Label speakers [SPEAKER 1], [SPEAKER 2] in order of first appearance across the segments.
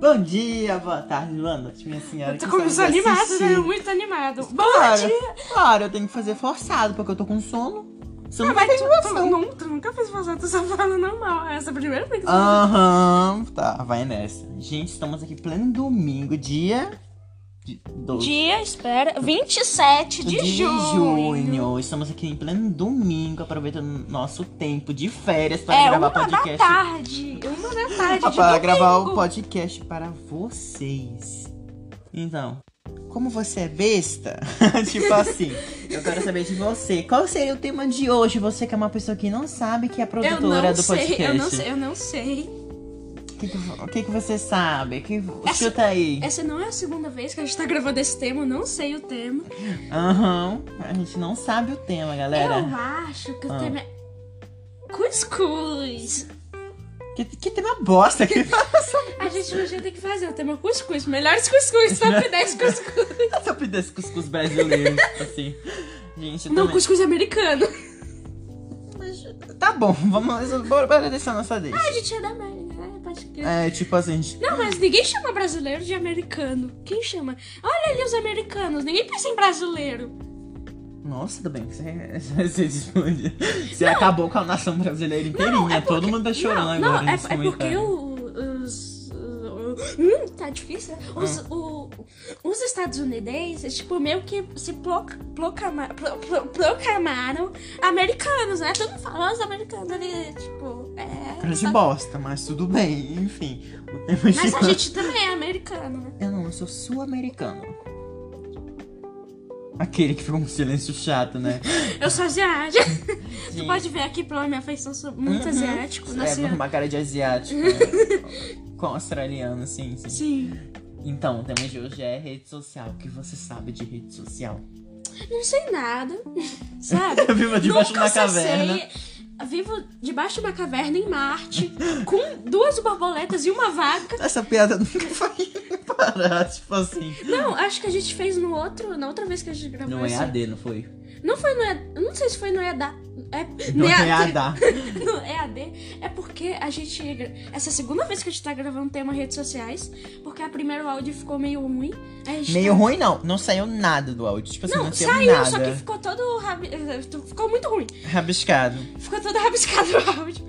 [SPEAKER 1] Bom dia, boa tarde, boa noite, minha senhora.
[SPEAKER 2] Tu
[SPEAKER 1] que
[SPEAKER 2] começou
[SPEAKER 1] está nos
[SPEAKER 2] animado, né?
[SPEAKER 1] assistindo.
[SPEAKER 2] Muito animado. Bom
[SPEAKER 1] Claro,
[SPEAKER 2] dia!
[SPEAKER 1] claro, eu tenho que fazer forçado, porque eu tô com sono. Você não
[SPEAKER 2] Ah,
[SPEAKER 1] vai
[SPEAKER 2] mas
[SPEAKER 1] ter
[SPEAKER 2] tu, tu,
[SPEAKER 1] diversão.
[SPEAKER 2] não, tu nunca fez passar, tu só fala normal. Essa é a primeira vez. que
[SPEAKER 1] Ah.
[SPEAKER 2] tu
[SPEAKER 1] Aham, tá, vai nessa. Gente, estamos aqui pleno domingo, dia. de- doze.
[SPEAKER 3] Dia, espera, 27 de, junho.
[SPEAKER 1] junho. Estamos aqui em pleno domingo, aproveitando nosso tempo de férias para
[SPEAKER 3] É,
[SPEAKER 1] gravar
[SPEAKER 3] uma da
[SPEAKER 1] podcast.
[SPEAKER 3] tarde. Uma da tarde de
[SPEAKER 1] para
[SPEAKER 3] domingo.
[SPEAKER 1] gravar o podcast para vocês. Então, como você é besta, tipo assim, eu quero saber de você. Qual seria o tema de hoje? Você que é uma pessoa que não sabe que é
[SPEAKER 2] Eu não
[SPEAKER 1] produtora do
[SPEAKER 2] sei,
[SPEAKER 1] podcast.
[SPEAKER 2] eu não sei, eu não sei.
[SPEAKER 1] O que, que- o que que você sabe? Que,
[SPEAKER 2] Essa-
[SPEAKER 1] Chuta aí.
[SPEAKER 2] Essa não é a segunda vez que a gente tá gravando esse tema, eu não sei o tema.
[SPEAKER 1] Aham. A gente não sabe o tema, galera.
[SPEAKER 2] Eu acho que o
[SPEAKER 1] Ah.
[SPEAKER 2] tema é. Cuscuz.
[SPEAKER 1] Que, que tema bosta que
[SPEAKER 2] A gente um dia tem que fazer o tema cuscuz. Melhores cuscuz, top 10 cuscuz.
[SPEAKER 1] sobre desse cuscuz brasileiro, tipo assim. Gente, eu
[SPEAKER 2] Não,
[SPEAKER 1] também...
[SPEAKER 2] cuscuz americano.
[SPEAKER 1] Tá bom, vamos bora, bora deixar nossa deixa.
[SPEAKER 2] A gente é da América, né? Pode crer.
[SPEAKER 1] É, tipo assim, gente,
[SPEAKER 2] Não, mas ninguém chama brasileiro de americano. Quem chama? Olha ali os americanos, ninguém pensa em brasileiro.
[SPEAKER 1] Nossa, tudo bem, você, você explode. Você acabou com a nação brasileira inteirinha. Todo mundo tá chorando
[SPEAKER 2] é não,
[SPEAKER 1] agora
[SPEAKER 2] não, é,
[SPEAKER 1] nesse
[SPEAKER 2] é porque
[SPEAKER 1] comentário.
[SPEAKER 2] o- os. Hum, tá difícil. né? Os,
[SPEAKER 1] Ah.
[SPEAKER 2] o- os estadunidenses, tipo, meio que se pro- proclama- pro- pro- proclamaram americanos, né? Todo mundo fala os americanos ali, tipo, é.
[SPEAKER 1] Grande
[SPEAKER 2] sabe?
[SPEAKER 1] bosta, mas tudo bem, enfim. O tema de
[SPEAKER 2] Mas a
[SPEAKER 1] hoje-
[SPEAKER 2] gente também é americano, né?
[SPEAKER 1] Eu não, eu sou sul-americano. Aquele que ficou um silêncio chato, né?
[SPEAKER 2] Eu sou asiática.
[SPEAKER 1] Gente,
[SPEAKER 2] Tu pode ver aqui pela minha feição, sou muito
[SPEAKER 1] Uhum.
[SPEAKER 2] asiático.
[SPEAKER 1] É,
[SPEAKER 2] Nasci...
[SPEAKER 1] uma cara de asiático. né? com australiano, sim, sim.
[SPEAKER 2] Sim.
[SPEAKER 1] Então, o tema de hoje é rede social. O que você sabe de rede social?
[SPEAKER 2] Não sei nada, sabe?
[SPEAKER 1] Eu vivo debaixo de
[SPEAKER 2] Nunca
[SPEAKER 1] uma caverna.
[SPEAKER 2] Sei. Vivo debaixo de uma caverna em Marte, com duas borboletas e uma vaca.
[SPEAKER 1] Essa piada nunca foi parar, tipo assim.
[SPEAKER 2] Não, acho que a gente fez no outro, na outra vez que a gente gravou
[SPEAKER 1] Não é
[SPEAKER 2] esse-
[SPEAKER 1] AD, não foi?
[SPEAKER 2] Não foi no EAD. Não sei se foi no EAD. É,
[SPEAKER 1] Não é
[SPEAKER 2] EAD.
[SPEAKER 1] ADA.
[SPEAKER 2] No EAD. É porque a gente. Essa é a segunda vez que a gente tá gravando tema redes sociais. Porque a primeira o áudio ficou meio ruim. Aí a gente
[SPEAKER 1] Meio
[SPEAKER 2] tá-
[SPEAKER 1] ruim, não. Não saiu nada do áudio. Tipo assim, não,
[SPEAKER 2] Não,
[SPEAKER 1] saiu
[SPEAKER 2] saiu,
[SPEAKER 1] nada.
[SPEAKER 2] só que ficou todo. rabi- eh, Ficou muito ruim.
[SPEAKER 1] Rabiscado.
[SPEAKER 2] Ficou toda rabiscada o áudio.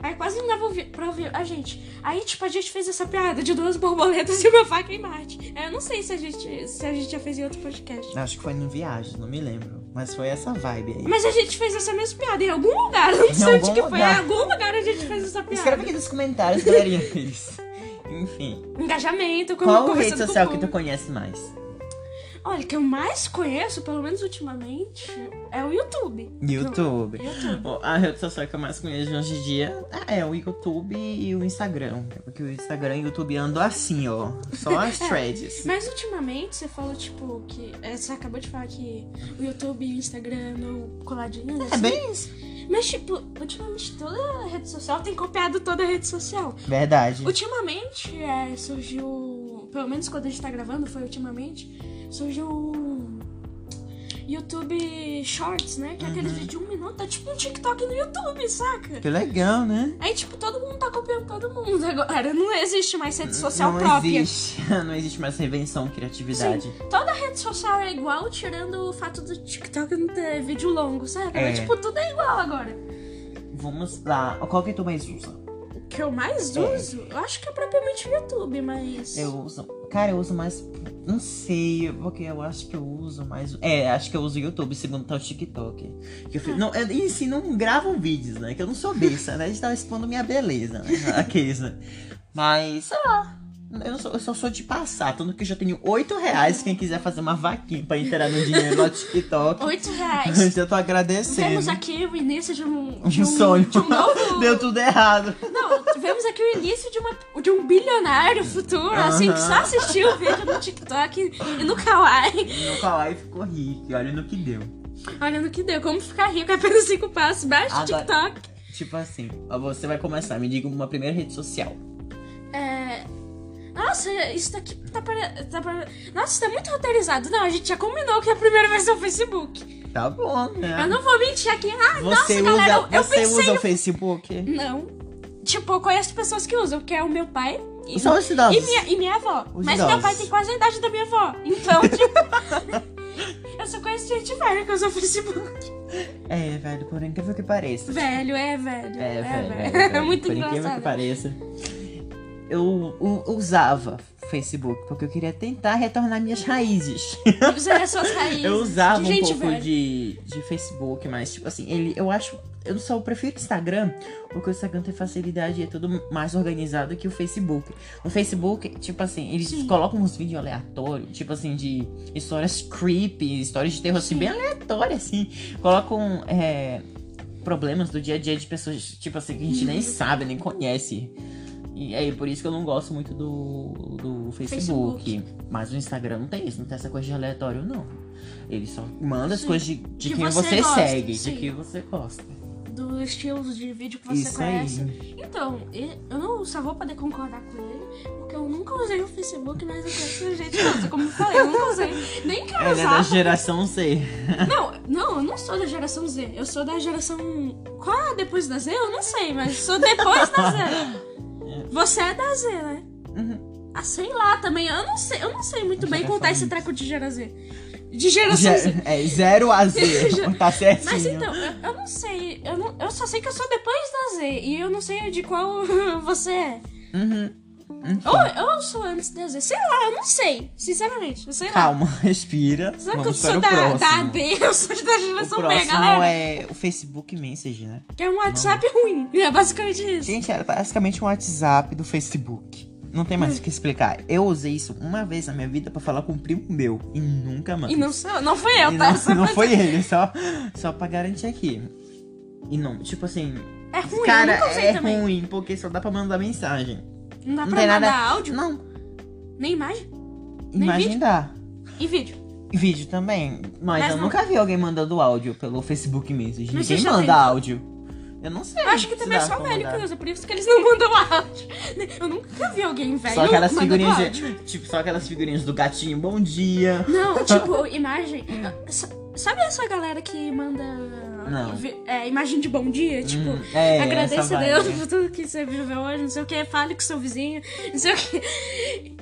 [SPEAKER 2] Aí quase não dava ouvir- pra ouvir a gente. Aí, tipo, a gente fez essa piada de duas borboletas e uma faca em Marte. É, Eu não sei se a gente, se a gente já fez em outro podcast.
[SPEAKER 1] Acho que foi no Viagem, não me lembro. Mas foi essa vibe aí.
[SPEAKER 2] Mas a gente fez essa mesma piada em algum lugar. Eu Não sei onde
[SPEAKER 1] algum
[SPEAKER 2] que foi. Em
[SPEAKER 1] lugar.
[SPEAKER 2] algum lugar a gente fez essa piada.
[SPEAKER 1] Escreve aqui nos comentários, galerinha. isso. Enfim.
[SPEAKER 2] Engajamento, como
[SPEAKER 1] Qual
[SPEAKER 2] conversando um
[SPEAKER 1] rede social
[SPEAKER 2] com
[SPEAKER 1] que
[SPEAKER 2] o
[SPEAKER 1] tu
[SPEAKER 2] público.
[SPEAKER 1] conhece mais?
[SPEAKER 2] Olha, que eu mais conheço, pelo menos ultimamente, é o YouTube.
[SPEAKER 1] YouTube.
[SPEAKER 2] YouTube.
[SPEAKER 1] Bom, A rede social que eu mais conheço hoje em dia ah, é o YouTube e o Instagram. É Porque o Instagram e o YouTube andam assim, ó. Só as threads.
[SPEAKER 2] Mas ultimamente você falou, tipo, que. é, Você acabou de falar que o YouTube e o Instagram não coladinhos.
[SPEAKER 1] É bem isso.
[SPEAKER 2] Mas, tipo, ultimamente toda rede social tem copiado toda a rede social.
[SPEAKER 1] Verdade.
[SPEAKER 2] Ultimamente é, surgiu. Pelo menos quando a gente tá gravando, foi ultimamente. Surgiu o YouTube Shorts, né? Que é
[SPEAKER 1] Uhum.
[SPEAKER 2] aquele vídeo de um minuto. É tipo um TikTok no YouTube, saca?
[SPEAKER 1] Que legal, né?
[SPEAKER 2] Aí, tipo, todo mundo tá copiando todo mundo agora. Não existe mais rede social
[SPEAKER 1] não
[SPEAKER 2] própria.
[SPEAKER 1] Existe, não existe mais revenção, criatividade.
[SPEAKER 2] Toda rede social é igual, tirando o fato do TikTok não ter vídeo longo, saca?
[SPEAKER 1] É.
[SPEAKER 2] Mas, tipo, tudo é igual agora.
[SPEAKER 1] Vamos lá. Qual que tu mais usa?
[SPEAKER 2] que eu mais
[SPEAKER 1] É.
[SPEAKER 2] uso, eu acho que é propriamente o YouTube, mas.
[SPEAKER 1] Eu uso. Cara, eu uso mais. Não sei, porque eu acho que eu uso mais. É, acho que eu uso o YouTube, segundo tá o TikTok. Que eu
[SPEAKER 2] Ah.
[SPEAKER 1] fi- não, eu, em si, não gravam vídeos, né? Que eu não sou besta, né? A gente tava expondo minha beleza, né? Aqueles, né? Mas, sei lá. Eu, não sou- eu só sou de passar, tanto que eu já tenho 8 reais. Quem quiser fazer uma vaquinha pra entrar no dinheiro lá do TikTok,
[SPEAKER 2] Oito reais.
[SPEAKER 1] eu tô agradecendo.
[SPEAKER 2] Vemos aqui o início de um.
[SPEAKER 1] Um
[SPEAKER 2] De um,
[SPEAKER 1] sonho.
[SPEAKER 2] De um novo.
[SPEAKER 1] Deu tudo errado.
[SPEAKER 2] Não, vemos aqui o início de, uma, de um bilionário futuro, assim, que só
[SPEAKER 1] Aham.
[SPEAKER 2] assistiu o vídeo no TikTok e no Kawaii.
[SPEAKER 1] Meu Kawaii ficou rico, e olha no que deu.
[SPEAKER 2] Olha no que deu, como ficar rico é apenas cinco passos. Baixa o
[SPEAKER 1] Agora-
[SPEAKER 2] TikTok.
[SPEAKER 1] Tipo assim, ó, você vai começar, me diga uma primeira rede social.
[SPEAKER 2] É. Nossa, isso daqui tá pare... tá pare- Nossa, tá muito roteirizado. Não, a gente já combinou que é a primeira vai ser o Facebook.
[SPEAKER 1] Tá bom, né?
[SPEAKER 2] Eu não vou mentir aqui. Ah,
[SPEAKER 1] Você
[SPEAKER 2] nossa, galera,
[SPEAKER 1] usa,
[SPEAKER 2] eu
[SPEAKER 1] você
[SPEAKER 2] pensei
[SPEAKER 1] usa o Facebook?
[SPEAKER 2] Não. Tipo, eu conheço pessoas que usam, que é o meu pai, E,
[SPEAKER 1] Só um os idosos.
[SPEAKER 2] e minha, e minha avó.
[SPEAKER 1] Os
[SPEAKER 2] Mas meu
[SPEAKER 1] idosos.
[SPEAKER 2] pai tem quase a idade da minha avó. Então, tipo. eu só conheço gente velha que usa o Facebook.
[SPEAKER 1] É, velho, por incrível que pareça.
[SPEAKER 2] Velho, é velho.
[SPEAKER 1] É, velho.
[SPEAKER 2] velho.
[SPEAKER 1] velho,
[SPEAKER 2] É
[SPEAKER 1] velho,
[SPEAKER 2] muito
[SPEAKER 1] Por incrível que
[SPEAKER 2] engraçado.
[SPEAKER 1] pareça. Eu, u- usava Facebook, porque eu queria tentar retornar minhas raízes.
[SPEAKER 2] Você é suas raízes.
[SPEAKER 1] Eu usava
[SPEAKER 2] de
[SPEAKER 1] um
[SPEAKER 2] gente
[SPEAKER 1] pouco
[SPEAKER 2] velha.
[SPEAKER 1] de, de Facebook, mas tipo assim, ele eu acho. Eu só prefiro Instagram, porque o Instagram tem facilidade e é tudo mais organizado que o Facebook. No Facebook, tipo assim, eles
[SPEAKER 2] Sim.
[SPEAKER 1] colocam uns vídeos aleatórios, tipo assim, de histórias creepy, histórias de terror, assim, bem aleatórias, assim. Colocam é, problemas do dia a dia de pessoas, tipo assim, que a gente
[SPEAKER 2] Uhum.
[SPEAKER 1] nem sabe, nem conhece. E é por isso que eu não gosto muito do, do Facebook. Mas o Instagram não tem isso, não tem essa coisa de aleatório, não. Ele só manda as
[SPEAKER 2] Sim.
[SPEAKER 1] coisas de, de
[SPEAKER 2] Que
[SPEAKER 1] quem
[SPEAKER 2] você
[SPEAKER 1] você,
[SPEAKER 2] gosta,
[SPEAKER 1] segue,
[SPEAKER 2] sim.
[SPEAKER 1] de quem você gosta.
[SPEAKER 2] Do estilo de vídeo que você
[SPEAKER 1] isso
[SPEAKER 2] conhece.
[SPEAKER 1] aí.
[SPEAKER 2] Então, e- eu não só vou poder concordar com ele, porque eu nunca usei o Facebook, mas eu conheço gente que usa. Como eu falei, eu nunca usei. Nem quero
[SPEAKER 1] Ela é da
[SPEAKER 2] usar.
[SPEAKER 1] geração C.
[SPEAKER 2] Não, não, eu não sou da geração Z. Eu sou da geração. Qual é depois da Z? Eu não sei, mas sou depois da Z. Você é da Z, né?
[SPEAKER 1] Uhum.
[SPEAKER 2] Ah, sei lá também. Eu não sei, eu não sei muito bem
[SPEAKER 1] Geração
[SPEAKER 2] contar esse
[SPEAKER 1] Z.
[SPEAKER 2] treco de geração Z. De geração Z.
[SPEAKER 1] Ge- é zero a Z. tá certinho.
[SPEAKER 2] Mas então, eu, eu não sei. Eu, não- eu só sei que eu sou depois da Z. E eu não sei de qual você é.
[SPEAKER 1] Uhum.
[SPEAKER 2] Ou, ou eu sou antes da Z. Sei lá, eu não sei. Sinceramente, eu sei lá.
[SPEAKER 1] Calma, respira.
[SPEAKER 2] Sabe que eu
[SPEAKER 1] Vamos para
[SPEAKER 2] sou
[SPEAKER 1] o
[SPEAKER 2] da,
[SPEAKER 1] próximo.
[SPEAKER 2] da D? Eu sou da
[SPEAKER 1] o
[SPEAKER 2] geração B,
[SPEAKER 1] próximo
[SPEAKER 2] galera.
[SPEAKER 1] é o Facebook Message, né?
[SPEAKER 2] Que é um WhatsApp ruim. É basicamente isso.
[SPEAKER 1] Gente, era basicamente um WhatsApp do Facebook. Não tem
[SPEAKER 2] Hum.
[SPEAKER 1] mais o que explicar. Eu usei isso uma vez na minha vida pra falar com um primo meu. E nunca mais.
[SPEAKER 2] E não, sou, não fui eu,
[SPEAKER 1] E
[SPEAKER 2] tá?
[SPEAKER 1] não,
[SPEAKER 2] Essa
[SPEAKER 1] não
[SPEAKER 2] coisa
[SPEAKER 1] foi ele, só, só pra garantir aqui. E não, tipo assim,
[SPEAKER 2] É ruim,
[SPEAKER 1] cara,
[SPEAKER 2] eu nunca usei
[SPEAKER 1] é
[SPEAKER 2] também.
[SPEAKER 1] ruim, porque só dá pra mandar mensagem.
[SPEAKER 2] Não dá
[SPEAKER 1] não
[SPEAKER 2] pra
[SPEAKER 1] tem
[SPEAKER 2] mandar
[SPEAKER 1] nada.
[SPEAKER 2] áudio,
[SPEAKER 1] Não,
[SPEAKER 2] nem imagem, Tipo, Nem
[SPEAKER 1] imagem
[SPEAKER 2] vídeo?
[SPEAKER 1] dá.
[SPEAKER 2] e vídeo.
[SPEAKER 1] Vídeo também. Mas,
[SPEAKER 2] Mas
[SPEAKER 1] eu
[SPEAKER 2] não-
[SPEAKER 1] nunca vi alguém mandando áudio pelo Facebook Message.
[SPEAKER 2] Mas
[SPEAKER 1] Ninguém
[SPEAKER 2] você já
[SPEAKER 1] manda
[SPEAKER 2] tentou?
[SPEAKER 1] áudio. Eu não sei.
[SPEAKER 2] Eu acho que
[SPEAKER 1] se
[SPEAKER 2] também é
[SPEAKER 1] dá
[SPEAKER 2] só
[SPEAKER 1] pra
[SPEAKER 2] velho
[SPEAKER 1] mandar.
[SPEAKER 2] que usa, por isso que eles não mandam áudio. Eu nunca vi alguém velho
[SPEAKER 1] Só aquelas
[SPEAKER 2] mandando
[SPEAKER 1] figurinhas.
[SPEAKER 2] áudio.
[SPEAKER 1] de- Tipo, só aquelas figurinhas do gatinho, bom dia.
[SPEAKER 2] Não, tipo, imagem... sa- Sabe essa galera que manda...
[SPEAKER 1] Não.
[SPEAKER 2] vi- é, imagem de bom dia? Tipo...
[SPEAKER 1] Hum, é,
[SPEAKER 2] Agradeça
[SPEAKER 1] essa
[SPEAKER 2] a
[SPEAKER 1] vibe.
[SPEAKER 2] Deus por tudo que você viveu hoje, não sei o que, fale com seu vizinho, não sei o que.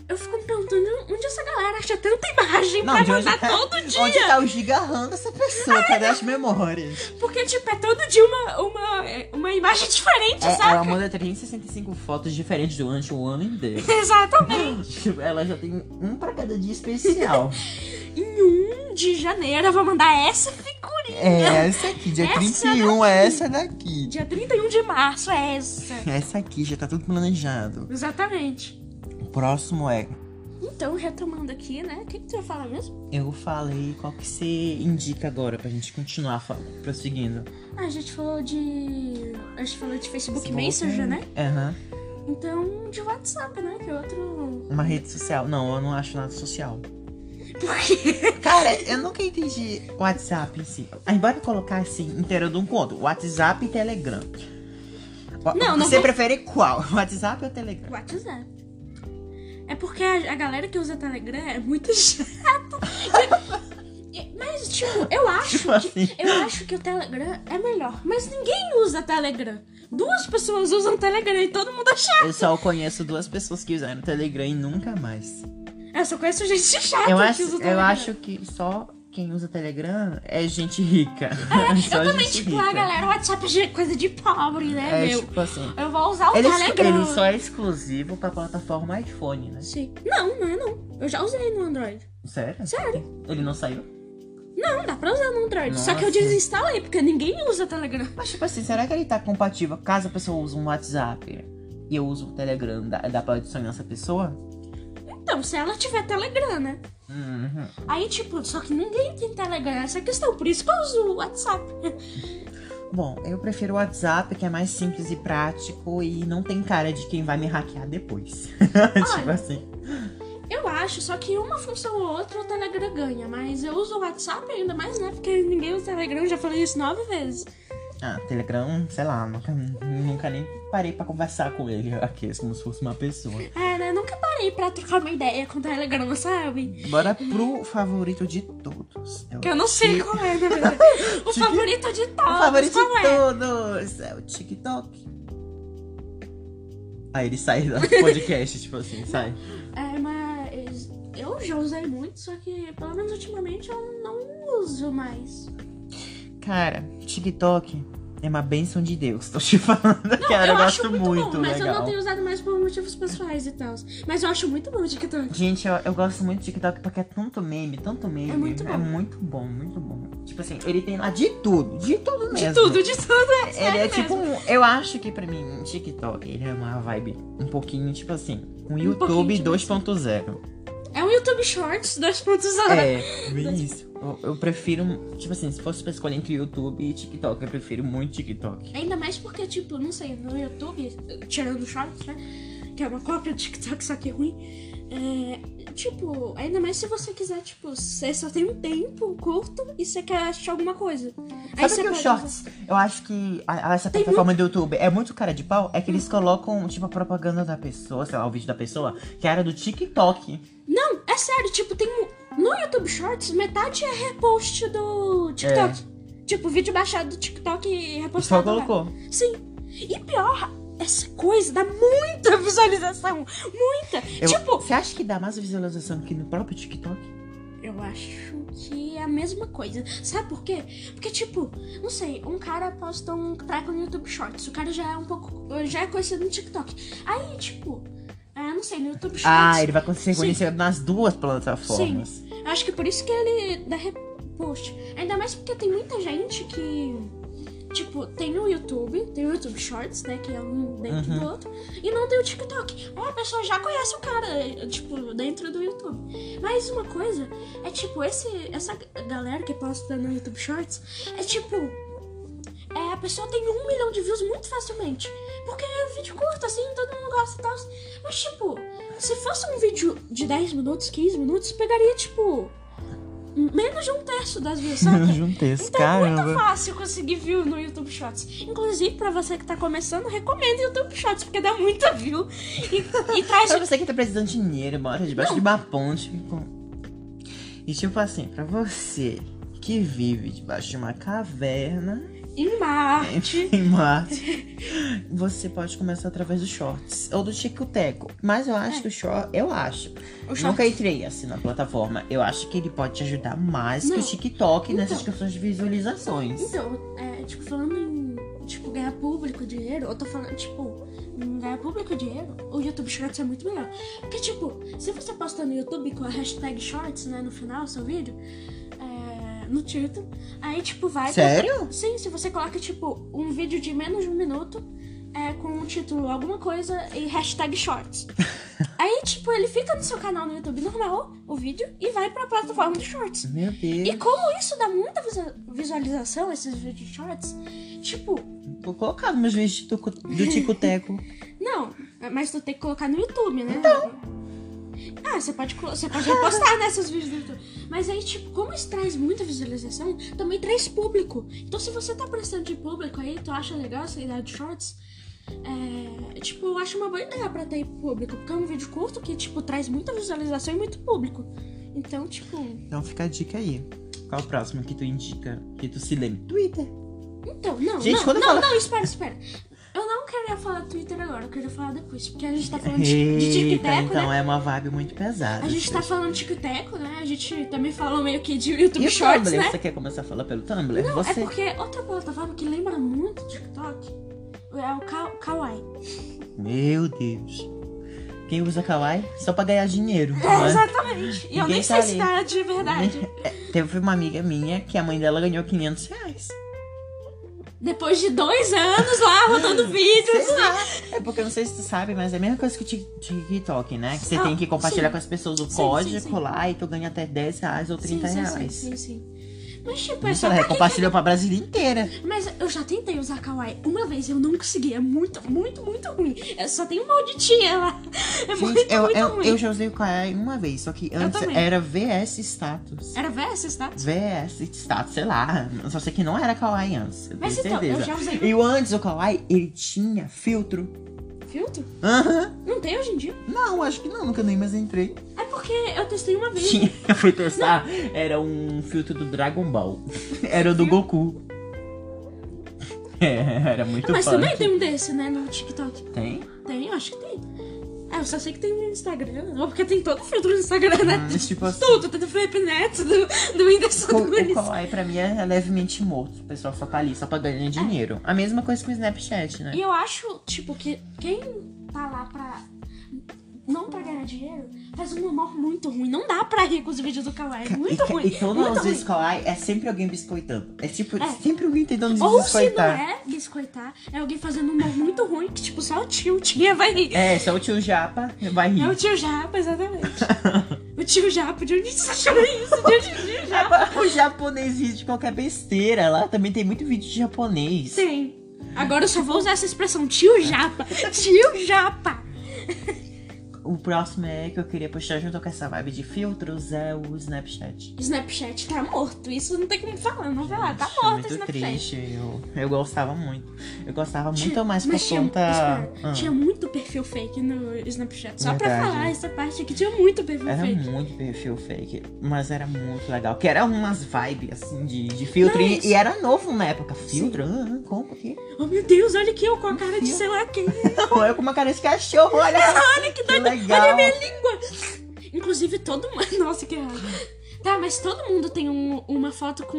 [SPEAKER 2] Eu fico me perguntando onde essa galera acha tanta imagem pra
[SPEAKER 1] de onde- é?
[SPEAKER 2] mandar todo dia.
[SPEAKER 1] Onde tá o gigarrão dessa pessoa? Cadê as memórias?
[SPEAKER 2] Porque, tipo, é todo dia uma, uma, uma imagem diferente,
[SPEAKER 1] É,
[SPEAKER 2] sabe?
[SPEAKER 1] ela manda 365 fotos diferentes durante o ano inteiro.
[SPEAKER 2] Exatamente.
[SPEAKER 1] Tipo, ela já tem um pra cada dia especial.
[SPEAKER 2] Em 1 de janeiro eu vou mandar essa figurinha.
[SPEAKER 1] É essa aqui, dia
[SPEAKER 2] Essa
[SPEAKER 1] 31, é essa daqui.
[SPEAKER 2] Dia 31 de março é essa.
[SPEAKER 1] Essa aqui já tá tudo planejado.
[SPEAKER 2] Exatamente.
[SPEAKER 1] O próximo é.
[SPEAKER 2] Então, retomando aqui, né? O que, que tu ia falar mesmo?
[SPEAKER 1] Eu falei qual que você indica agora pra gente continuar fal- prosseguindo.
[SPEAKER 2] Ah, a gente falou de. A gente falou de Facebook Messenger, né?
[SPEAKER 1] Aham.
[SPEAKER 2] Então, de WhatsApp, né? Que é outro.
[SPEAKER 1] Uma rede social. Não, eu não acho nada social.
[SPEAKER 2] Por quê?
[SPEAKER 1] Cara, eu nunca entendi o WhatsApp em si. Aí bora colocar assim, inteiro de um conto. WhatsApp e Telegram. O-
[SPEAKER 2] Não, não
[SPEAKER 1] Você
[SPEAKER 2] vou-
[SPEAKER 1] prefere qual? WhatsApp ou Telegram?
[SPEAKER 2] WhatsApp. É porque a, a galera que usa Telegram é muito chata. Mas, tipo, eu acho
[SPEAKER 1] Tipo assim.
[SPEAKER 2] Eu acho que o Telegram é melhor, mas ninguém usa Telegram. Duas pessoas usam Telegram e todo mundo é chato.
[SPEAKER 1] Eu só conheço duas pessoas que usaram Telegram e nunca mais.
[SPEAKER 2] Eu só conheço gente chata
[SPEAKER 1] Eu
[SPEAKER 2] que usa
[SPEAKER 1] acho, eu
[SPEAKER 2] Telegram.
[SPEAKER 1] acho que só quem usa Telegram é gente rica. só
[SPEAKER 2] Eu também,
[SPEAKER 1] gente
[SPEAKER 2] tipo,
[SPEAKER 1] rica.
[SPEAKER 2] ah, galera, WhatsApp é de- coisa de pobre, né,
[SPEAKER 1] É
[SPEAKER 2] meu?
[SPEAKER 1] tipo assim.
[SPEAKER 2] Eu vou usar o
[SPEAKER 1] Ele,
[SPEAKER 2] Telegram.
[SPEAKER 1] ele só é exclusivo pra plataforma iPhone, né?
[SPEAKER 2] Sim. Não, não é não. Eu já usei no Android.
[SPEAKER 1] Sério?
[SPEAKER 2] Sério.
[SPEAKER 1] Ele não saiu?
[SPEAKER 2] Não, dá pra usar no Android. Só que eu
[SPEAKER 1] Nossa.
[SPEAKER 2] desinstalei, porque ninguém usa Telegram.
[SPEAKER 1] Mas tipo assim, será que ele tá compatível? Caso a pessoa use um WhatsApp e eu uso o Telegram, dá, dá pra adicionar essa pessoa?
[SPEAKER 2] Então, se ela tiver Telegram, né?
[SPEAKER 1] Uhum.
[SPEAKER 2] Aí, tipo, só que ninguém tem Telegram. Essa é a questão. Por isso que eu uso o WhatsApp.
[SPEAKER 1] Bom, eu prefiro o WhatsApp, que é mais simples e prático e não tem cara de quem vai me hackear depois. tipo
[SPEAKER 2] Olha,
[SPEAKER 1] assim.
[SPEAKER 2] Eu acho, só que uma função ou outra o Telegram ganha, mas eu uso o WhatsApp ainda mais, né? Porque ninguém usa o Telegram, eu já falei isso nove vezes.
[SPEAKER 1] Ah, Telegram, sei lá, nunca, nunca nem parei pra conversar com ele aqui, é como se fosse uma pessoa.
[SPEAKER 2] É, né? Nunca parei pra trocar uma ideia com o Telegram, sabe?
[SPEAKER 1] Bora pro favorito de todos. É o
[SPEAKER 2] Que eu não sei
[SPEAKER 1] Tik-
[SPEAKER 2] qual é, na verdade. O favorito de todos. é?
[SPEAKER 1] O favorito
[SPEAKER 2] qual
[SPEAKER 1] de
[SPEAKER 2] é?
[SPEAKER 1] todos é o TikTok. Aí ele sai do podcast, tipo assim, sai.
[SPEAKER 2] É, mas eu já usei muito, só que pelo menos ultimamente eu não uso mais.
[SPEAKER 1] Cara, TikTok é uma benção de Deus, tô te falando. cara,
[SPEAKER 2] eu
[SPEAKER 1] eu
[SPEAKER 2] acho
[SPEAKER 1] gosto
[SPEAKER 2] muito, bom, mas eu não
[SPEAKER 1] legal.
[SPEAKER 2] tenho usado mais por motivos pessoais e tal. Mas eu acho muito bom o TikTok.
[SPEAKER 1] Gente, eu, eu gosto muito do TikTok porque é tanto meme, tanto meme.
[SPEAKER 2] É muito bom.
[SPEAKER 1] muito bom, muito bom. Tipo assim, ele tem lá de tudo, de tudo mesmo.
[SPEAKER 2] De tudo, de tudo.
[SPEAKER 1] Ele é
[SPEAKER 2] sério
[SPEAKER 1] tipo um. Eu acho que pra mim, o TikTok, ele é uma vibe um pouquinho, tipo assim, um
[SPEAKER 2] pouquinho
[SPEAKER 1] YouTube
[SPEAKER 2] de
[SPEAKER 1] 2.0.
[SPEAKER 2] É um YouTube Shorts 2.0.
[SPEAKER 1] É, bem isso. Eu, eu prefiro, tipo assim, se fosse pra escolher entre YouTube e TikTok, eu prefiro muito TikTok.
[SPEAKER 2] Ainda mais porque, tipo, não sei, no YouTube, tirando o Shorts, né? Que é uma cópia do TikTok, só que ruim. É, tipo, ainda mais se você quiser, tipo, você só tem um tempo curto e você quer achar alguma coisa.
[SPEAKER 1] Sabe
[SPEAKER 2] você
[SPEAKER 1] o que o
[SPEAKER 2] pode
[SPEAKER 1] Shorts? Eu acho que a- a- essa
[SPEAKER 2] Tem Uhum.
[SPEAKER 1] plataforma do YouTube é muito cara de pau. É que eles colocam, tipo, a propaganda da pessoa, sei lá, o vídeo da pessoa, que era do TikTok.
[SPEAKER 2] Não, é sério, tipo, tem um. No YouTube Shorts, metade é repost do TikTok. Tipo, vídeo baixado do TikTok e
[SPEAKER 1] E É. só
[SPEAKER 2] repostado. lá.
[SPEAKER 1] colocou.
[SPEAKER 2] Sim. E pior, essa coisa dá muita visualização. Muita.
[SPEAKER 1] Eu-
[SPEAKER 2] Tipo,
[SPEAKER 1] Você acha que dá mais visualização que no próprio TikTok?
[SPEAKER 2] eu acho que é a mesma coisa. Sabe por quê? Porque, tipo, não sei, um cara posta um treco no YouTube Shorts. O cara já é um pouco. Já é conhecido no TikTok. Aí, tipo, ah, não sei, no YouTube Shorts.
[SPEAKER 1] Ah, ele vai ser
[SPEAKER 2] Sim.
[SPEAKER 1] conhecido nas duas plataformas.
[SPEAKER 2] Acho que por isso que ele dá repost. Ainda mais porque tem muita gente que. Tipo, tem o YouTube, tem o YouTube Shorts, né? Que é um dentro do outro. E não tem o TikTok. Aí a pessoa já conhece o cara, tipo, dentro do YouTube. Mas uma coisa é, tipo, esse, essa galera que posta no YouTube Shorts é tipo. É, a pessoa tem um milhão de views muito facilmente. Porque é um vídeo curto, assim, todo mundo gosta e tal. Mas, tipo, se fosse um vídeo de 10 minutos, 15 minutos, pegaria, tipo, menos de um terço das views, sabe?
[SPEAKER 1] Menos de um texto,
[SPEAKER 2] Então é muito
[SPEAKER 1] caramba.
[SPEAKER 2] fácil conseguir view no YouTube Shorts. Inclusive, pra você que tá começando, recomendo o YouTube Shorts, porque dá muita view. E, e traz.
[SPEAKER 1] Pra você que tá precisando de dinheiro, mora debaixo de uma ponte. com- E tipo assim, pra você que vive debaixo de uma caverna
[SPEAKER 2] em Marte.
[SPEAKER 1] em Marte, você pode começar através dos shorts ou do Tico Teco. Mas eu acho que o short, eu acho.
[SPEAKER 2] É. O short.
[SPEAKER 1] Nunca entrei assim na plataforma. Eu acho que ele pode te ajudar mais que
[SPEAKER 2] Não.
[SPEAKER 1] o TikTok
[SPEAKER 2] Então.
[SPEAKER 1] nessas questões de visualizações.
[SPEAKER 2] Então, é, tipo, falando em tipo, ganhar público dinheiro, eu tô falando, tipo, em ganhar público dinheiro, o YouTube Shorts é muito melhor. Porque, tipo, se você posta no YouTube com a hashtag Shorts, né, no final, seu vídeo, é, no título, aí, tipo, vai...
[SPEAKER 1] Sério?
[SPEAKER 2] Sim, se você coloca, tipo, um vídeo de menos de um minuto, é, com o título alguma coisa e hashtag Shorts. aí, tipo, ele fica no seu canal no YouTube normal, o vídeo, e vai pra plataforma do Shorts.
[SPEAKER 1] Meu Deus.
[SPEAKER 2] E como isso dá muita visu- visualização, esses vídeos shorts, tipo,
[SPEAKER 1] Vou colocar nos meus vídeos do, do Tico Teco.
[SPEAKER 2] não, mas tu tem que colocar no YouTube, né? Então. Ah, você pode, colo- você pode repostar nesses vídeos do YouTube. Mas aí, tipo, como isso traz muita visualização, também traz público. Então, se você tá prestando de público aí, tu acha legal essa ideia de shorts, é, tipo, eu acho uma boa ideia pra ter público. Porque é um vídeo curto que, tipo, traz muita visualização e muito público. Então, tipo,
[SPEAKER 1] Então fica a dica aí. Qual o próximo que tu indica? Que tu se lembra? Twitter.
[SPEAKER 2] Então, não,
[SPEAKER 1] Gente,
[SPEAKER 2] não,
[SPEAKER 1] quando eu
[SPEAKER 2] não,
[SPEAKER 1] falo-
[SPEAKER 2] não, espera, espera. Eu não queria falar do Twitter agora, eu queria falar depois, porque a gente tá falando de, de
[SPEAKER 1] Eita,
[SPEAKER 2] tic-teco,
[SPEAKER 1] então
[SPEAKER 2] né?
[SPEAKER 1] é uma vibe muito pesada.
[SPEAKER 2] A gente tá falando de tic-teco, né? A gente também falou meio que de YouTube
[SPEAKER 1] E o
[SPEAKER 2] Shorts,
[SPEAKER 1] Tumblr?
[SPEAKER 2] né?
[SPEAKER 1] Você quer começar a falar pelo Tumblr?
[SPEAKER 2] Não,
[SPEAKER 1] Você...
[SPEAKER 2] é porque outra plataforma que lembra muito TikTok é o Ka Kawaii.
[SPEAKER 1] Meu Deus. Quem usa Kawaii? Só pra ganhar dinheiro.
[SPEAKER 2] É,
[SPEAKER 1] né?
[SPEAKER 2] exatamente. E eu
[SPEAKER 1] Ninguém
[SPEAKER 2] nem
[SPEAKER 1] tá
[SPEAKER 2] sei se
[SPEAKER 1] ali.
[SPEAKER 2] tá de verdade.
[SPEAKER 1] Teve uma amiga minha que a mãe dela ganhou 500 reais.
[SPEAKER 2] Depois de dois anos lá rodando vídeos. né?
[SPEAKER 1] Sei lá. É porque eu não sei se tu sabe, mas é a mesma coisa que o Tik- TikTok, né? Que você
[SPEAKER 2] Ah,
[SPEAKER 1] tem que compartilhar
[SPEAKER 2] sim.
[SPEAKER 1] com as pessoas o
[SPEAKER 2] Sim,
[SPEAKER 1] código,
[SPEAKER 2] sim, sim.
[SPEAKER 1] colar e tu ganha até 10 reais ou 30
[SPEAKER 2] sim, sim, sim,
[SPEAKER 1] reais.
[SPEAKER 2] sim, sim. Mas tipo, é
[SPEAKER 1] Nossa,
[SPEAKER 2] só
[SPEAKER 1] ela
[SPEAKER 2] pra
[SPEAKER 1] compartilhou pra Brasília inteira.
[SPEAKER 2] Mas eu já tentei usar Kawaii uma vez, eu não consegui. É muito, muito, muito ruim. Eu só tenho malditinha lá. É muito,
[SPEAKER 1] Gente, eu,
[SPEAKER 2] muito
[SPEAKER 1] eu,
[SPEAKER 2] ruim.
[SPEAKER 1] eu já usei o Kawaii uma vez, só que antes
[SPEAKER 2] também.
[SPEAKER 1] era VS Status.
[SPEAKER 2] Era versus, tá?
[SPEAKER 1] VS Status, sei lá. Só sei que não era Kawaii antes. Eu
[SPEAKER 2] Mas
[SPEAKER 1] tenho
[SPEAKER 2] então,
[SPEAKER 1] certeza.
[SPEAKER 2] eu já usei um
[SPEAKER 1] E o antes, o Kawaii, ele tinha filtro.
[SPEAKER 2] filtro.
[SPEAKER 1] Aham.
[SPEAKER 2] Não tem hoje em dia.
[SPEAKER 1] Não, acho que não, nunca nem mais entrei.
[SPEAKER 2] É porque eu testei uma vez.
[SPEAKER 1] Tinha, eu fui testar, era um filtro do Dragon Ball. Era o do Goku. É, era muito
[SPEAKER 2] Mas
[SPEAKER 1] funk.
[SPEAKER 2] Ah, também tem um desse, né, no TikTok.
[SPEAKER 1] Tem?
[SPEAKER 2] Tem, eu acho que tem. Ah, eu só sei que tem no Instagram. Ou porque tem todo o filtro no Instagram, né?
[SPEAKER 1] Mas tipo assim.
[SPEAKER 2] Tudo, do Felipe Neto, do, do Whindersson
[SPEAKER 1] O, o
[SPEAKER 2] Nunes.
[SPEAKER 1] Kawaii pra mim é levemente morto. O pessoal só tá ali, só pra ganhar dinheiro. A mesma coisa com o Snapchat, né?
[SPEAKER 2] E eu acho, tipo, que quem tá lá pra. Não pra ganhar dinheiro, faz um humor muito ruim. Não dá pra rir com os vídeos do Kawaii. é Muito
[SPEAKER 1] e,
[SPEAKER 2] ruim.
[SPEAKER 1] e todas
[SPEAKER 2] muito
[SPEAKER 1] as Então vezes
[SPEAKER 2] ruim.
[SPEAKER 1] que eu ai, é sempre alguém biscoitando. É tipo,
[SPEAKER 2] É.
[SPEAKER 1] sempre alguém tentando
[SPEAKER 2] Ou se não
[SPEAKER 1] biscoitar.
[SPEAKER 2] é biscoitar, é alguém fazendo um humor muito ruim que, tipo, só o tio, tia vai rir.
[SPEAKER 1] É, só o tio Japa vai
[SPEAKER 2] É o
[SPEAKER 1] rir.
[SPEAKER 2] tio Japa, exatamente. o tio Japa, de onde você achou isso? De onde o tio Japa?
[SPEAKER 1] O japonês ri de qualquer besteira. Lá também tem muito vídeo de japonês.
[SPEAKER 2] Tem. Agora eu só vou usar essa expressão, tio Japa. Tio Japa.
[SPEAKER 1] O próximo é que eu queria postar junto com essa vibe de filtros é o Snapchat.
[SPEAKER 2] Snapchat tá morto, isso não tem como falar, não vai lá, tá
[SPEAKER 1] Acho
[SPEAKER 2] morto o
[SPEAKER 1] é muito
[SPEAKER 2] Snapchat.
[SPEAKER 1] triste. Eu, eu gostava muito. Eu gostava
[SPEAKER 2] Tinha-
[SPEAKER 1] muito mais Então, por
[SPEAKER 2] mas tinha-
[SPEAKER 1] conta.
[SPEAKER 2] espera,
[SPEAKER 1] Ah,
[SPEAKER 2] Tinha muito perfil fake no Snapchat. Só pra
[SPEAKER 1] Verdade.
[SPEAKER 2] falar essa parte aqui, tinha muito perfil
[SPEAKER 1] Era
[SPEAKER 2] fake.
[SPEAKER 1] muito perfil fake, mas era muito legal. Que era umas vibes assim de, de filtro.
[SPEAKER 2] Não,
[SPEAKER 1] e-
[SPEAKER 2] isso-
[SPEAKER 1] e, era novo na época. Filtro? Ah, como que?
[SPEAKER 2] Oh meu Deus, olha aqui eu com a cara de
[SPEAKER 1] Fio.
[SPEAKER 2] sei lá quem.
[SPEAKER 1] Olha com uma cara de cachorro, olha! olha que
[SPEAKER 2] doido,
[SPEAKER 1] legal!
[SPEAKER 2] minha língua. Inclusive todo mundo. Nossa, que errado. Tá, mas todo mundo tem um- uma foto com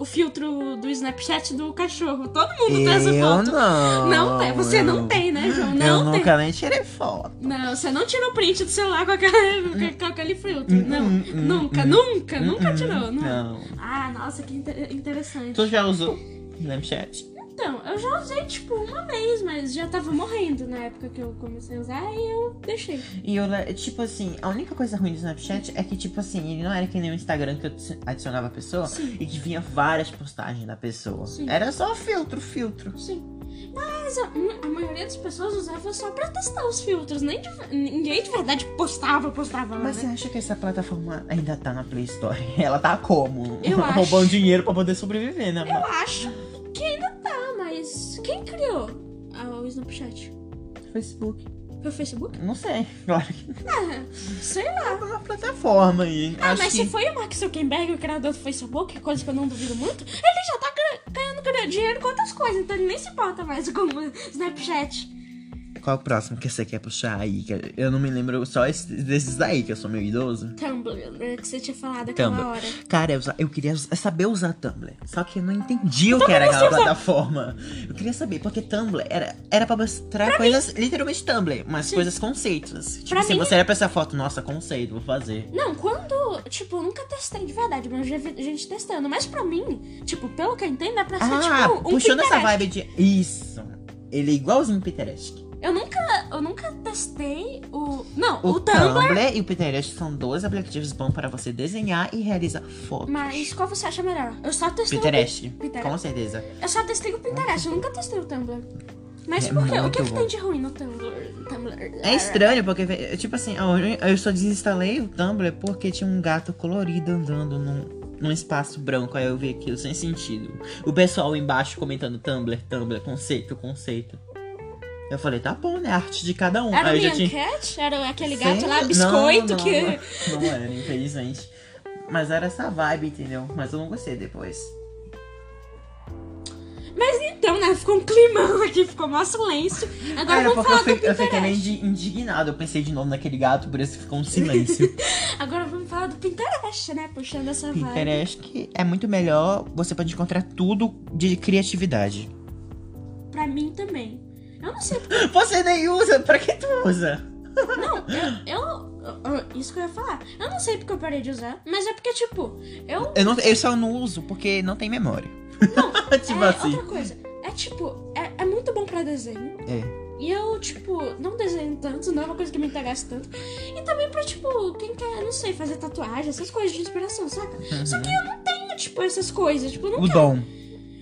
[SPEAKER 2] o filtro do Snapchat do cachorro. Todo mundo tem essa
[SPEAKER 1] eu
[SPEAKER 2] foto.
[SPEAKER 1] não.
[SPEAKER 2] Não tem, você não tem, né, João? Não
[SPEAKER 1] eu
[SPEAKER 2] tem.
[SPEAKER 1] nunca nem tirei foto.
[SPEAKER 2] Não, você não tirou print do celular com aquele, com aquele filtro.
[SPEAKER 1] Hum,
[SPEAKER 2] Não,
[SPEAKER 1] hum, hum,
[SPEAKER 2] nunca,
[SPEAKER 1] hum.
[SPEAKER 2] nunca, nunca
[SPEAKER 1] Hum,
[SPEAKER 2] tirou. Não.
[SPEAKER 1] Não.
[SPEAKER 2] Ah, nossa, que inter- interessante.
[SPEAKER 1] Tu já usou Snapchat?
[SPEAKER 2] Então, eu já usei tipo uma vez, mas já tava morrendo na época que eu comecei a usar e eu deixei.
[SPEAKER 1] E eu, le- tipo assim, a única coisa ruim do Snapchat é que, tipo assim, ele não era que nem o Instagram que eu adici- adicionava a pessoa
[SPEAKER 2] Sim.
[SPEAKER 1] e que vinha várias postagens da pessoa.
[SPEAKER 2] Sim.
[SPEAKER 1] Era só filtro, filtro.
[SPEAKER 2] Sim. Mas a, a maioria das pessoas usava só pra testar os filtros. Nem de- ninguém de verdade postava, postava lá,
[SPEAKER 1] Mas é. você
[SPEAKER 2] né?
[SPEAKER 1] acha que essa plataforma ainda tá na Play Store? Ela tá como?
[SPEAKER 2] Eu acho.
[SPEAKER 1] Roubando dinheiro pra poder sobreviver, né?
[SPEAKER 2] Eu
[SPEAKER 1] mano?
[SPEAKER 2] acho que ainda tá, mas quem criou a- o Snapchat?
[SPEAKER 1] Facebook.
[SPEAKER 2] Foi o Facebook?
[SPEAKER 1] Não sei. Claro que
[SPEAKER 2] Ah, sei
[SPEAKER 1] tá
[SPEAKER 2] lá.
[SPEAKER 1] numa plataforma aí.
[SPEAKER 2] Ah,
[SPEAKER 1] acho
[SPEAKER 2] mas
[SPEAKER 1] que...
[SPEAKER 2] se foi o Mark Zuckerberg, o criador do Facebook, coisa que eu não duvido muito, ele já tá gra- ganhando gra- dinheiro com outras coisas, então ele nem se importa mais com o Snapchat.
[SPEAKER 1] Qual é o próximo que você quer puxar aí? Que Eu não me lembro só esse- desses daí, que eu sou meio idoso.
[SPEAKER 2] Tumblr, né, que você tinha falado aquela
[SPEAKER 1] Tumblr.
[SPEAKER 2] hora.
[SPEAKER 1] Cara, eu, usa- eu queria us- é saber usar Tumblr. Só que eu não entendi o que era aquela plataforma. Eu queria saber, porque Tumblr era, era pra mostrar coisas, literalmente Tumblr, mas coisas conceitos. Tipo
[SPEAKER 2] Pra
[SPEAKER 1] assim,
[SPEAKER 2] mim-
[SPEAKER 1] você era pra essa foto, nossa, conceito, vou fazer.
[SPEAKER 2] Não, quando. Tipo, eu nunca testei de verdade, mas eu já vi gente testando. Mas pra mim, tipo, pelo que eu entendo, dá pra ser
[SPEAKER 1] ah,
[SPEAKER 2] tipo um
[SPEAKER 1] puxando essa
[SPEAKER 2] Pinterest.
[SPEAKER 1] vibe de. Isso! Ele é igualzinho o Pinterest.
[SPEAKER 2] Eu nunca, eu nunca testei o. Não,
[SPEAKER 1] O,
[SPEAKER 2] o,
[SPEAKER 1] Tumblr...
[SPEAKER 2] Tumblr.
[SPEAKER 1] e o Pinterest são dois aplicativos bons para você desenhar e realizar fotos.
[SPEAKER 2] Mas qual você acha melhor? Eu só testei
[SPEAKER 1] Pinterest,
[SPEAKER 2] Pinterest.
[SPEAKER 1] com certeza.
[SPEAKER 2] o. Eu só testei o Pinterest, eu nunca testei o Tumblr. Mas
[SPEAKER 1] É
[SPEAKER 2] por quê? O
[SPEAKER 1] muito
[SPEAKER 2] que, que
[SPEAKER 1] bom.
[SPEAKER 2] tem de ruim no Tumblr? Tumblr.
[SPEAKER 1] É estranho, porque, tipo assim, eu eu só desinstalei o Tumblr porque tinha um gato colorido andando num, num espaço branco. Aí eu vi aquilo sem sentido. O pessoal embaixo comentando Tumblr, Tumblr, conceito, conceito. Eu falei, tá bom, né? Arte de cada um.
[SPEAKER 2] Era o
[SPEAKER 1] Aí eu já
[SPEAKER 2] Meerkat?
[SPEAKER 1] tinha.
[SPEAKER 2] Era aquele gato
[SPEAKER 1] Sei-
[SPEAKER 2] lá,
[SPEAKER 1] não,
[SPEAKER 2] biscoito,
[SPEAKER 1] não, é.
[SPEAKER 2] que.
[SPEAKER 1] Não, não era, infelizmente. Mas era essa vibe, entendeu? Mas eu não gostei depois.
[SPEAKER 2] Mas então, né? Ficou um climão aqui, ficou mó silêncio. Agora
[SPEAKER 1] Ah, era
[SPEAKER 2] vamos
[SPEAKER 1] porque eu,
[SPEAKER 2] falar
[SPEAKER 1] fi-
[SPEAKER 2] do
[SPEAKER 1] eu fiquei meio
[SPEAKER 2] Pinterest.
[SPEAKER 1] indi- indignado. Eu pensei de novo naquele gato, por isso que ficou um silêncio.
[SPEAKER 2] Agora vamos falar do Pinterest, né? Puxando essa vibe.
[SPEAKER 1] Pinterest que é muito melhor, você pode encontrar tudo de criatividade.
[SPEAKER 2] Pra mim também. Eu não sei.
[SPEAKER 1] Você nem usa, pra que tu usa?
[SPEAKER 2] Não, eu, eu- eu- Isso que eu ia falar. Eu não sei porque eu parei de usar, mas é porque, tipo, eu.
[SPEAKER 1] Eu, não, eu só não uso porque não tem memória.
[SPEAKER 2] Não,
[SPEAKER 1] tipo
[SPEAKER 2] é
[SPEAKER 1] assim.
[SPEAKER 2] outra coisa. É tipo, é, é muito bom pra desenho.
[SPEAKER 1] É.
[SPEAKER 2] E eu, tipo, não desenho tanto, não é uma coisa que me interessa tanto. E também pra, tipo, quem quer, não sei, fazer tatuagem, essas coisas de inspiração, saca? Só que eu não tenho, tipo, essas coisas. Tipo, eu não
[SPEAKER 1] O dom.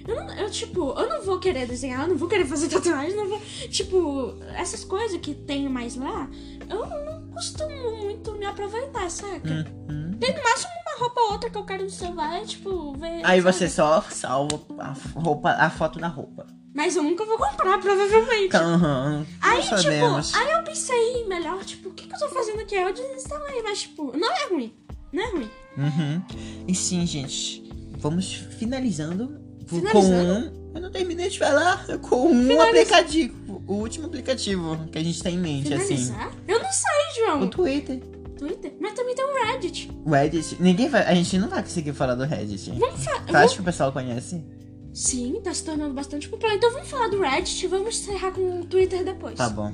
[SPEAKER 2] Eu, não- eu, tipo, eu não vou querer desenhar, eu não vou querer fazer tatuagem, não vou. Tipo, essas coisas que tem mais lá, eu não costumo muito me aproveitar, saca?
[SPEAKER 1] Uhum.
[SPEAKER 2] Tem no máximo uma roupa ou outra que eu quero no celular, tipo, ver.
[SPEAKER 1] Aí
[SPEAKER 2] sabe?
[SPEAKER 1] você só salva a roupa, a foto na roupa.
[SPEAKER 2] Mas eu nunca vou comprar, provavelmente.
[SPEAKER 1] Aham.
[SPEAKER 2] Aí,
[SPEAKER 1] Então, não
[SPEAKER 2] tipo,
[SPEAKER 1] sabemos.
[SPEAKER 2] aí eu pensei melhor, tipo, o que, que eu tô fazendo aqui? Aí eu desinstalei, mas, tipo, não é ruim. Não é ruim.
[SPEAKER 1] Uhum. E sim, gente, vamos finalizando,
[SPEAKER 2] Finalizando?
[SPEAKER 1] com um. Eu não terminei de falar com um aplicativo. o último aplicativo que a gente tem em mente, assim.
[SPEAKER 2] Finalizar? Eu não sei,
[SPEAKER 1] O
[SPEAKER 2] João.
[SPEAKER 1] Twitter.
[SPEAKER 2] Twitter. Mas também tem o Reddit.
[SPEAKER 1] O Reddit. Ninguém vai. A gente não vai conseguir falar do Reddit.
[SPEAKER 2] Vamos falar.
[SPEAKER 1] Você acha que o pessoal conhece?
[SPEAKER 2] Sim, tá se tornando bastante popular. Então vamos falar do Reddit e vamos encerrar com o Twitter depois.
[SPEAKER 1] Tá bom.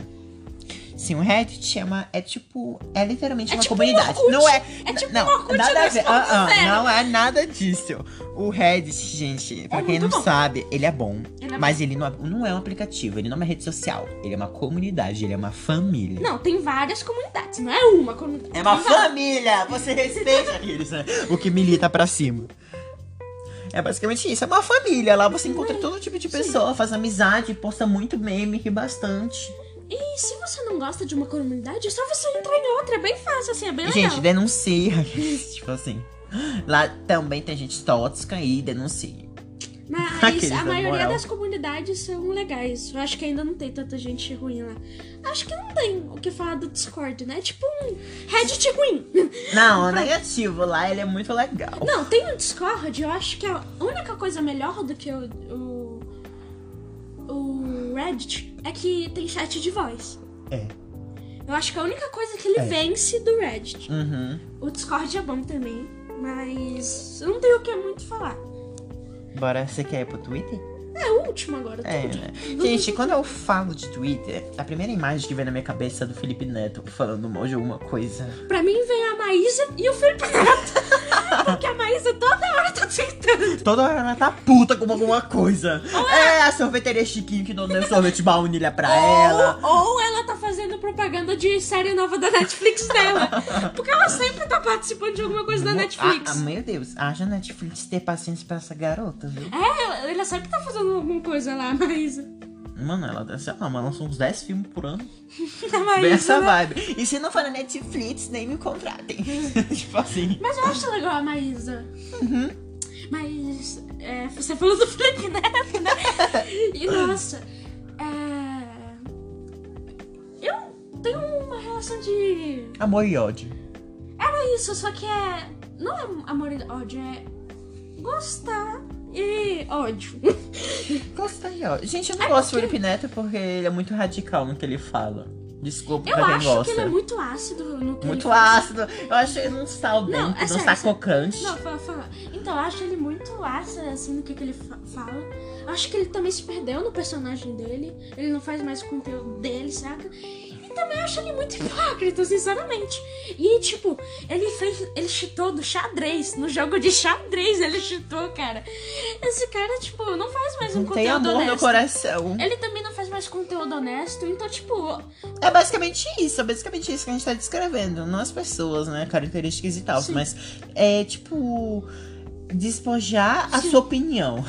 [SPEAKER 1] Sim, o Reddit é uma. É tipo. É literalmente
[SPEAKER 2] É
[SPEAKER 1] uma
[SPEAKER 2] tipo
[SPEAKER 1] comunidade.
[SPEAKER 2] um Orkut.
[SPEAKER 1] Não é.
[SPEAKER 2] É tipo
[SPEAKER 1] não,
[SPEAKER 2] um Orkut
[SPEAKER 1] nada a ver.
[SPEAKER 2] 2.0.
[SPEAKER 1] Ah, ah, não é nada disso. O Reddit, gente, pra
[SPEAKER 2] É
[SPEAKER 1] quem não
[SPEAKER 2] muito bom.
[SPEAKER 1] sabe, ele é bom.
[SPEAKER 2] Ele é
[SPEAKER 1] mas ele não é, não é um aplicativo, ele não é uma rede social. Ele é uma comunidade, ele é uma família.
[SPEAKER 2] Não, tem várias comunidades, não é uma comunidade.
[SPEAKER 1] É uma
[SPEAKER 2] Tem várias.
[SPEAKER 1] família! Você respeita aqueles, né? O que milita pra cima. É basicamente isso, é uma família. Lá você encontra todo tipo de pessoa, faz amizade, posta muito meme, ri bastante.
[SPEAKER 2] E se você não gosta de uma comunidade, é só você entrar em outra. É bem fácil, assim, é bem
[SPEAKER 1] Gente,
[SPEAKER 2] legal.
[SPEAKER 1] denuncia. tipo assim. Lá também tem gente tóxica e denuncia. Aqueles
[SPEAKER 2] Mas
[SPEAKER 1] da
[SPEAKER 2] a maioria
[SPEAKER 1] moral.
[SPEAKER 2] das comunidades são legais. Eu acho que ainda não tem tanta gente ruim lá. Acho que não tem o que falar do Discord, né? É tipo um Reddit ruim.
[SPEAKER 1] Não, o negativo lá ele é muito legal.
[SPEAKER 2] Não, tem o Discord, eu acho que é a única coisa melhor do que o, o, o Reddit é que tem chat de voz.
[SPEAKER 1] É.
[SPEAKER 2] Eu acho que a única coisa que ele
[SPEAKER 1] É.
[SPEAKER 2] vence do Reddit.
[SPEAKER 1] Uhum.
[SPEAKER 2] O Discord é bom também, mas eu não tenho o que muito falar.
[SPEAKER 1] Bora, você quer ir pro Twitter?
[SPEAKER 2] É o último agora.
[SPEAKER 1] É,
[SPEAKER 2] tudo.
[SPEAKER 1] né? Gente, quando eu falo de Twitter, a primeira imagem que vem na minha cabeça é do Felipe Neto falando mal de alguma coisa.
[SPEAKER 2] Pra mim vem a Maísa e o Felipe Neto. Porque a Maísa toda hora tá tentando.
[SPEAKER 1] Toda hora ela tá puta com alguma coisa. É a sorveteria Chiquinho que não deu sorvete baunilha pra ela.
[SPEAKER 2] Ou, ou ela tá fazendo propaganda de série nova da Netflix dela. Porque ela sempre tá participando de alguma coisa da Netflix.
[SPEAKER 1] Ah, ah, meu Deus, haja Netflix ter paciência pra essa garota, viu?
[SPEAKER 2] É, ela sempre tá fazendo alguma coisa lá, a Maísa.
[SPEAKER 1] Mano, ela, sei lá, mas lançou uns 10 filmes por ano.
[SPEAKER 2] A
[SPEAKER 1] Bem
[SPEAKER 2] Maísa,
[SPEAKER 1] essa
[SPEAKER 2] né?
[SPEAKER 1] vibe. E se não for na Netflix, nem me contratem. tipo assim.
[SPEAKER 2] Mas eu acho legal a Maísa.
[SPEAKER 1] Uhum.
[SPEAKER 2] Mas é, você falou do Felipe Neto, né? E nossa, é... eu tenho uma relação de.
[SPEAKER 1] Amor e ódio.
[SPEAKER 2] É isso, só que é. Não é amor e ódio, é gostar e ódio.
[SPEAKER 1] Gosto e ódio. Gente,
[SPEAKER 2] É
[SPEAKER 1] eu não gosto do Felipe Neto porque ele é muito radical no que ele fala. Desculpa
[SPEAKER 2] Eu
[SPEAKER 1] pra quem
[SPEAKER 2] acho
[SPEAKER 1] gosta.
[SPEAKER 2] que ele é muito ácido no que
[SPEAKER 1] Muito
[SPEAKER 2] ele fala.
[SPEAKER 1] ácido. Eu acho ele não está bem, um
[SPEAKER 2] Não,
[SPEAKER 1] não,
[SPEAKER 2] é sério,
[SPEAKER 1] está
[SPEAKER 2] sério.
[SPEAKER 1] cocante.
[SPEAKER 2] Não, fala, fala. Então, eu acho ele muito ácido, assim, no que, que ele fa- fala. Eu acho que ele também se perdeu no personagem dele. Ele não faz mais o conteúdo dele, saca? E também eu acho ele muito hipócrita, sinceramente. E, tipo, ele fez... Ele cheatou do xadrez. No jogo de xadrez ele cheatou, cara. Esse cara, tipo, não faz mais um
[SPEAKER 1] Não tem
[SPEAKER 2] conteúdo
[SPEAKER 1] amor
[SPEAKER 2] honesto.
[SPEAKER 1] no coração.
[SPEAKER 2] Ele também não faz mais conteúdo honesto. Então, tipo...
[SPEAKER 1] É basicamente isso, é basicamente isso que a gente tá descrevendo. Não as pessoas, né? Características e tal,
[SPEAKER 2] Sim.
[SPEAKER 1] mas é tipo. despojar a
[SPEAKER 2] Sim.
[SPEAKER 1] sua opinião.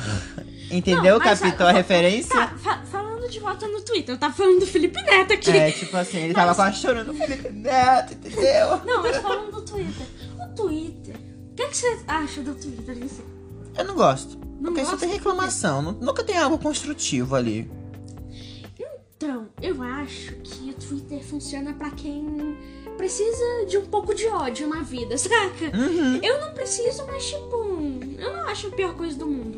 [SPEAKER 1] Entendeu,
[SPEAKER 2] Não, mas
[SPEAKER 1] Capitão? A,
[SPEAKER 2] a-
[SPEAKER 1] referência?
[SPEAKER 2] Tá, fa- falando de volta no Twitter. Eu tava falando do Felipe Neto aqui.
[SPEAKER 1] É, tipo assim, ele tava quase chorando. Felipe Neto, entendeu?
[SPEAKER 2] Não, mas falando do Twitter. O Twitter. O que, que você acha do Twitter em si?
[SPEAKER 1] Eu não gosto.
[SPEAKER 2] Não
[SPEAKER 1] porque só
[SPEAKER 2] gosta
[SPEAKER 1] tem
[SPEAKER 2] do
[SPEAKER 1] reclamação. nu- Nunca tem algo construtivo ali.
[SPEAKER 2] Então, eu acho que o Twitter funciona pra quem precisa de um pouco de ódio na vida, saca?
[SPEAKER 1] Uhum.
[SPEAKER 2] Eu não preciso, mas tipo, eu não acho a pior coisa do mundo.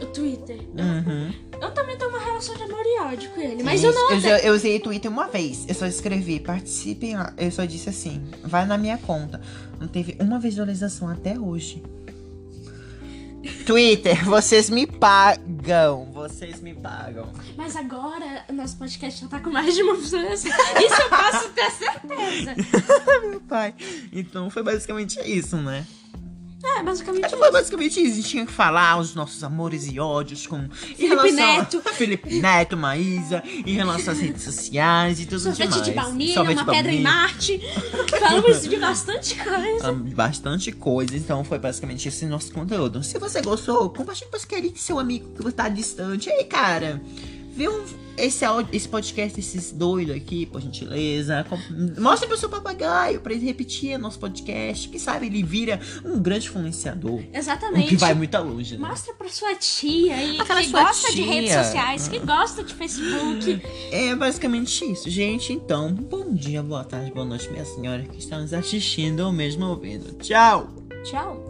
[SPEAKER 2] O Twitter.
[SPEAKER 1] Uhum.
[SPEAKER 2] Eu também tenho uma relação de amor e ódio com ele, mas eu não
[SPEAKER 1] eu,
[SPEAKER 2] odeio.
[SPEAKER 1] já- eu usei Twitter uma vez. Eu só escrevi, participem lá. Eu só disse assim, vai na minha conta. Não teve uma visualização até hoje. Twitter, vocês me pagam. Vocês me pagam.
[SPEAKER 2] Mas agora o nosso podcast já tá com mais de uma visualização. Isso eu posso ter certeza.
[SPEAKER 1] Meu pai. Então foi basicamente isso, né?
[SPEAKER 2] É, basicamente
[SPEAKER 1] Mas
[SPEAKER 2] isso.
[SPEAKER 1] Foi basicamente isso. A gente tinha que falar os nossos amores e ódios com. em
[SPEAKER 2] Felipe
[SPEAKER 1] relação a-
[SPEAKER 2] Neto.
[SPEAKER 1] Felipe Neto, Maísa, em relação às redes sociais e tudo
[SPEAKER 2] Sorvete
[SPEAKER 1] demais.
[SPEAKER 2] de baunilha,
[SPEAKER 1] Sorvete
[SPEAKER 2] uma
[SPEAKER 1] de
[SPEAKER 2] pedra em
[SPEAKER 1] baunilha.
[SPEAKER 2] Marte. Falamos de bastante coisa.
[SPEAKER 1] Ah, bastante coisa, então foi basicamente esse nosso conteúdo. Se você gostou, compartilhe com os queridos seu amigo que tá distante. Ei, cara, viu esse, áudio- esse podcast, esses doidos aqui, por gentileza. Com- Mostre pro seu papagaio pra ele repetir nosso podcast. Quem sabe ele vira um grande influenciador. Um
[SPEAKER 2] Exatamente.
[SPEAKER 1] que vai muito longe, né?
[SPEAKER 2] Mostra pra sua tia aí,
[SPEAKER 1] Aquela
[SPEAKER 2] que
[SPEAKER 1] sua
[SPEAKER 2] gosta de
[SPEAKER 1] tia.
[SPEAKER 2] redes sociais, que gosta de Facebook.
[SPEAKER 1] É basicamente isso, gente. Então, bom dia, boa tarde, boa noite, minha senhora que está nos assistindo ou mesmo ouvindo. Tchau!
[SPEAKER 2] Tchau.